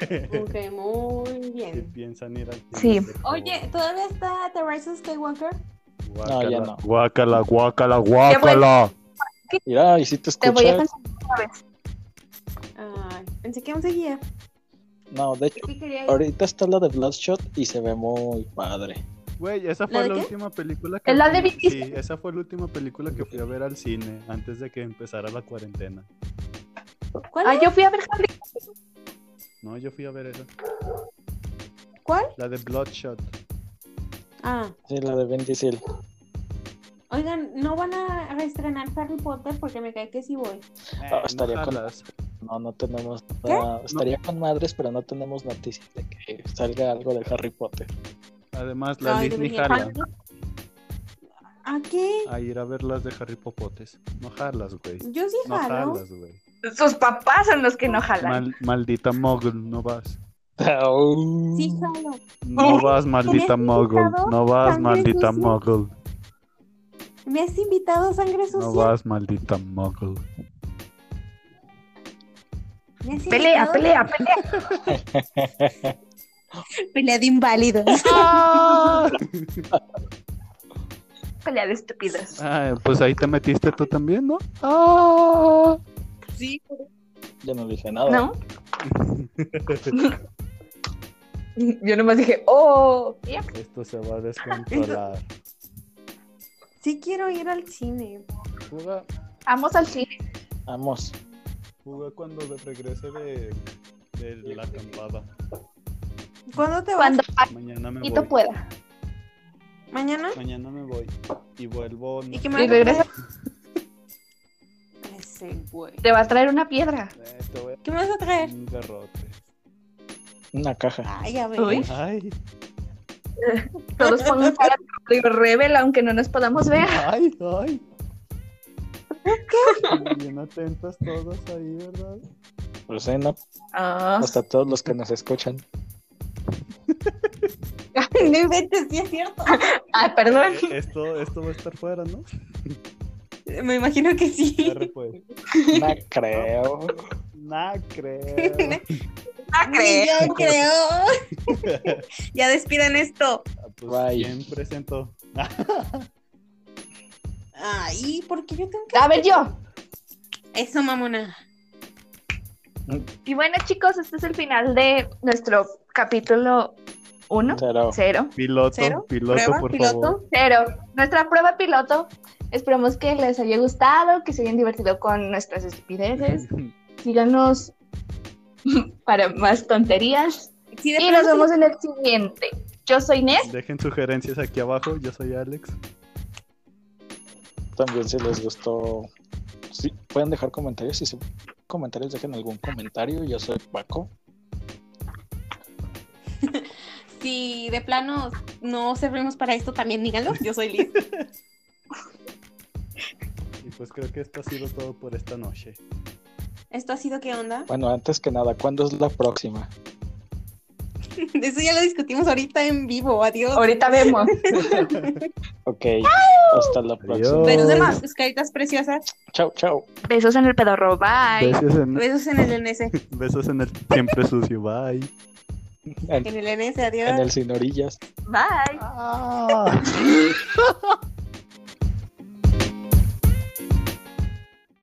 [SPEAKER 4] Ok, muy
[SPEAKER 5] Si
[SPEAKER 4] bien.
[SPEAKER 5] piensan ir al
[SPEAKER 2] Sí.
[SPEAKER 5] cine, por favor.
[SPEAKER 4] Oye, ¿todavía está The Rise of Skywalker?
[SPEAKER 5] Guácala,
[SPEAKER 1] ya no.
[SPEAKER 5] Guácala, guácala,
[SPEAKER 1] Mira, y si te
[SPEAKER 2] Te
[SPEAKER 1] escuchas.
[SPEAKER 2] voy a cancelar otra vez.
[SPEAKER 4] Ay, Ah, pensé que aún seguía.
[SPEAKER 1] No, de hecho,
[SPEAKER 4] Es que quería ir.
[SPEAKER 1] ahorita está la de Bloodshot y se ve muy padre.
[SPEAKER 5] Güey, esa
[SPEAKER 4] ¿La
[SPEAKER 5] fue
[SPEAKER 4] de
[SPEAKER 5] la
[SPEAKER 4] qué?
[SPEAKER 5] última película que.
[SPEAKER 2] Es la de
[SPEAKER 5] fui-
[SPEAKER 2] Vicky.
[SPEAKER 5] Sí, esa fue la última película que fui a ver al cine antes de que empezara la cuarentena.
[SPEAKER 4] ¿Cuál?
[SPEAKER 2] Ah, yo fui a ver Harry.
[SPEAKER 5] No, yo fui a ver esa.
[SPEAKER 4] es? ¿Cuál?
[SPEAKER 5] La de Bloodshot.
[SPEAKER 4] Ah,
[SPEAKER 1] Sí, la de Ben Diesel.
[SPEAKER 4] oigan, ¿no van a reestrenar Harry Potter? Porque me cae que sí voy.
[SPEAKER 5] Eh,
[SPEAKER 1] Ah, estaría
[SPEAKER 5] no
[SPEAKER 1] con-
[SPEAKER 5] jalas.
[SPEAKER 1] No, no tenemos nada. Estaría con madres, pero no tenemos noticias de que salga algo de Harry Potter.
[SPEAKER 5] Además, la
[SPEAKER 4] Ay,
[SPEAKER 5] Disney
[SPEAKER 4] debería-
[SPEAKER 5] jala
[SPEAKER 4] ¿A qué?
[SPEAKER 5] a ir a ver las de Harry Popotes. No jalas, güey.
[SPEAKER 4] Yo sí
[SPEAKER 5] No
[SPEAKER 4] jalo.
[SPEAKER 5] jalas, güey.
[SPEAKER 2] Sus papás son los que no jalan.
[SPEAKER 5] Mal- maldita mogul, no vas.
[SPEAKER 4] sí jalo. Oh,
[SPEAKER 5] No vas, maldita
[SPEAKER 4] ¿Tenías
[SPEAKER 5] mogul.
[SPEAKER 4] invitado?
[SPEAKER 5] No vas,
[SPEAKER 4] ¿Sangre
[SPEAKER 5] maldita
[SPEAKER 4] sucia?
[SPEAKER 5] mogul.
[SPEAKER 4] ¿Me has invitado sangre sucia?
[SPEAKER 5] No vas, maldita mogul.
[SPEAKER 4] ¿Me has
[SPEAKER 2] Pelea,
[SPEAKER 4] invitado?
[SPEAKER 2] pelea, pelea.
[SPEAKER 4] Pelea de inválidos. Ah.
[SPEAKER 2] Pelea de estúpidos.
[SPEAKER 5] Ah, pues ahí te metiste tú también, ¿no? ¡Ah!
[SPEAKER 4] sí.
[SPEAKER 1] Yo no dije nada.
[SPEAKER 2] ¿No? Yo nomás dije, oh, yep.
[SPEAKER 5] Esto se va a descontrolar.
[SPEAKER 4] Sí quiero ir al cine.
[SPEAKER 5] Juga,
[SPEAKER 2] vamos al cine.
[SPEAKER 1] Vamos.
[SPEAKER 5] juga cuando de- regrese de, de la acampada.
[SPEAKER 4] ¿Cuándo te vas?
[SPEAKER 2] Cuando
[SPEAKER 5] Mañana me
[SPEAKER 2] Paquito
[SPEAKER 5] voy.
[SPEAKER 4] pues.
[SPEAKER 2] pueda.
[SPEAKER 4] ¿Mañana?
[SPEAKER 5] Mañana me voy y vuelvo. no
[SPEAKER 4] ¿Y qué
[SPEAKER 5] sé,
[SPEAKER 4] me
[SPEAKER 2] Y regresa.
[SPEAKER 4] Ese güey.
[SPEAKER 2] Te va a traer una piedra.
[SPEAKER 5] eh, te voy a
[SPEAKER 4] ¿Qué me vas a
[SPEAKER 5] dar
[SPEAKER 4] traer?
[SPEAKER 5] un garrote.
[SPEAKER 1] Una caja.
[SPEAKER 4] Ay, ya ves.
[SPEAKER 2] Uy.
[SPEAKER 5] Ay,
[SPEAKER 2] Todos pongan cara de Rodrigo Rebel, aunque no nos podamos ver.
[SPEAKER 5] ay, ay. Bien atentos todos ahí, ¿verdad?
[SPEAKER 1] Lo sé, Pues, eh, ¿no?
[SPEAKER 2] Ah.
[SPEAKER 1] Hasta todos los que nos escuchan.
[SPEAKER 4] No inventes, sí es cierto.
[SPEAKER 2] Ah, perdón.
[SPEAKER 5] Eh, Esto, esto va a estar fuera, ¿no?
[SPEAKER 4] Me imagino que sí.
[SPEAKER 5] Arre, pues.
[SPEAKER 1] No creo.
[SPEAKER 5] Nah, creo.
[SPEAKER 2] No creo.
[SPEAKER 4] Yo Ah, creo. ya despidan esto.
[SPEAKER 5] Ah, Pues,
[SPEAKER 1] Bye.
[SPEAKER 5] ¿Quién presentó?
[SPEAKER 4] Ay, ¿por qué yo tengo
[SPEAKER 2] A ver, yo.
[SPEAKER 4] que...? Eso, mamona.
[SPEAKER 2] Y bueno, chicos, este es el final de nuestro capítulo 1,
[SPEAKER 1] Pero
[SPEAKER 2] 0,
[SPEAKER 5] Piloto,
[SPEAKER 4] ¿Cero?
[SPEAKER 5] piloto,
[SPEAKER 4] ¿Prueba?
[SPEAKER 5] por
[SPEAKER 4] ¿Piloto?
[SPEAKER 5] favor.
[SPEAKER 2] 0. Nuestra prueba piloto. Esperemos que les haya gustado, que se hayan divertido con nuestras estupideces. Síganos para más tonterías.
[SPEAKER 4] Sí, de
[SPEAKER 2] Y nos
[SPEAKER 4] plano,
[SPEAKER 2] vemos en el siguiente. Yo soy Inés.
[SPEAKER 5] Dejen sugerencias aquí abajo. Yo soy Alex.
[SPEAKER 1] también si les gustó. Sí, pueden dejar comentarios. Si son comentarios, dejen algún comentario. Yo soy Paco.
[SPEAKER 4] Si de plano no servimos para esto, también díganlo. Yo soy Liz.
[SPEAKER 5] Y pues creo que esto ha sido todo por esta noche.
[SPEAKER 4] ¿Esto ha sido qué onda?
[SPEAKER 1] Bueno, antes que nada, ¿cuándo es la próxima?
[SPEAKER 4] Eso ya lo discutimos ahorita en vivo. Adiós.
[SPEAKER 2] Ahorita vemos.
[SPEAKER 1] Ok, hasta la próxima.
[SPEAKER 5] Adiós.
[SPEAKER 4] Besos en sus caritas preciosas.
[SPEAKER 1] Chao, chao.
[SPEAKER 2] Besos en el pedorro. Bye.
[SPEAKER 5] Besos en,
[SPEAKER 4] Besos en el NS.
[SPEAKER 5] besos en el siempre sucio. Bye.
[SPEAKER 1] En,
[SPEAKER 4] En el NS, adiós.
[SPEAKER 1] en el sin orillas.
[SPEAKER 4] Bye.
[SPEAKER 7] Ah.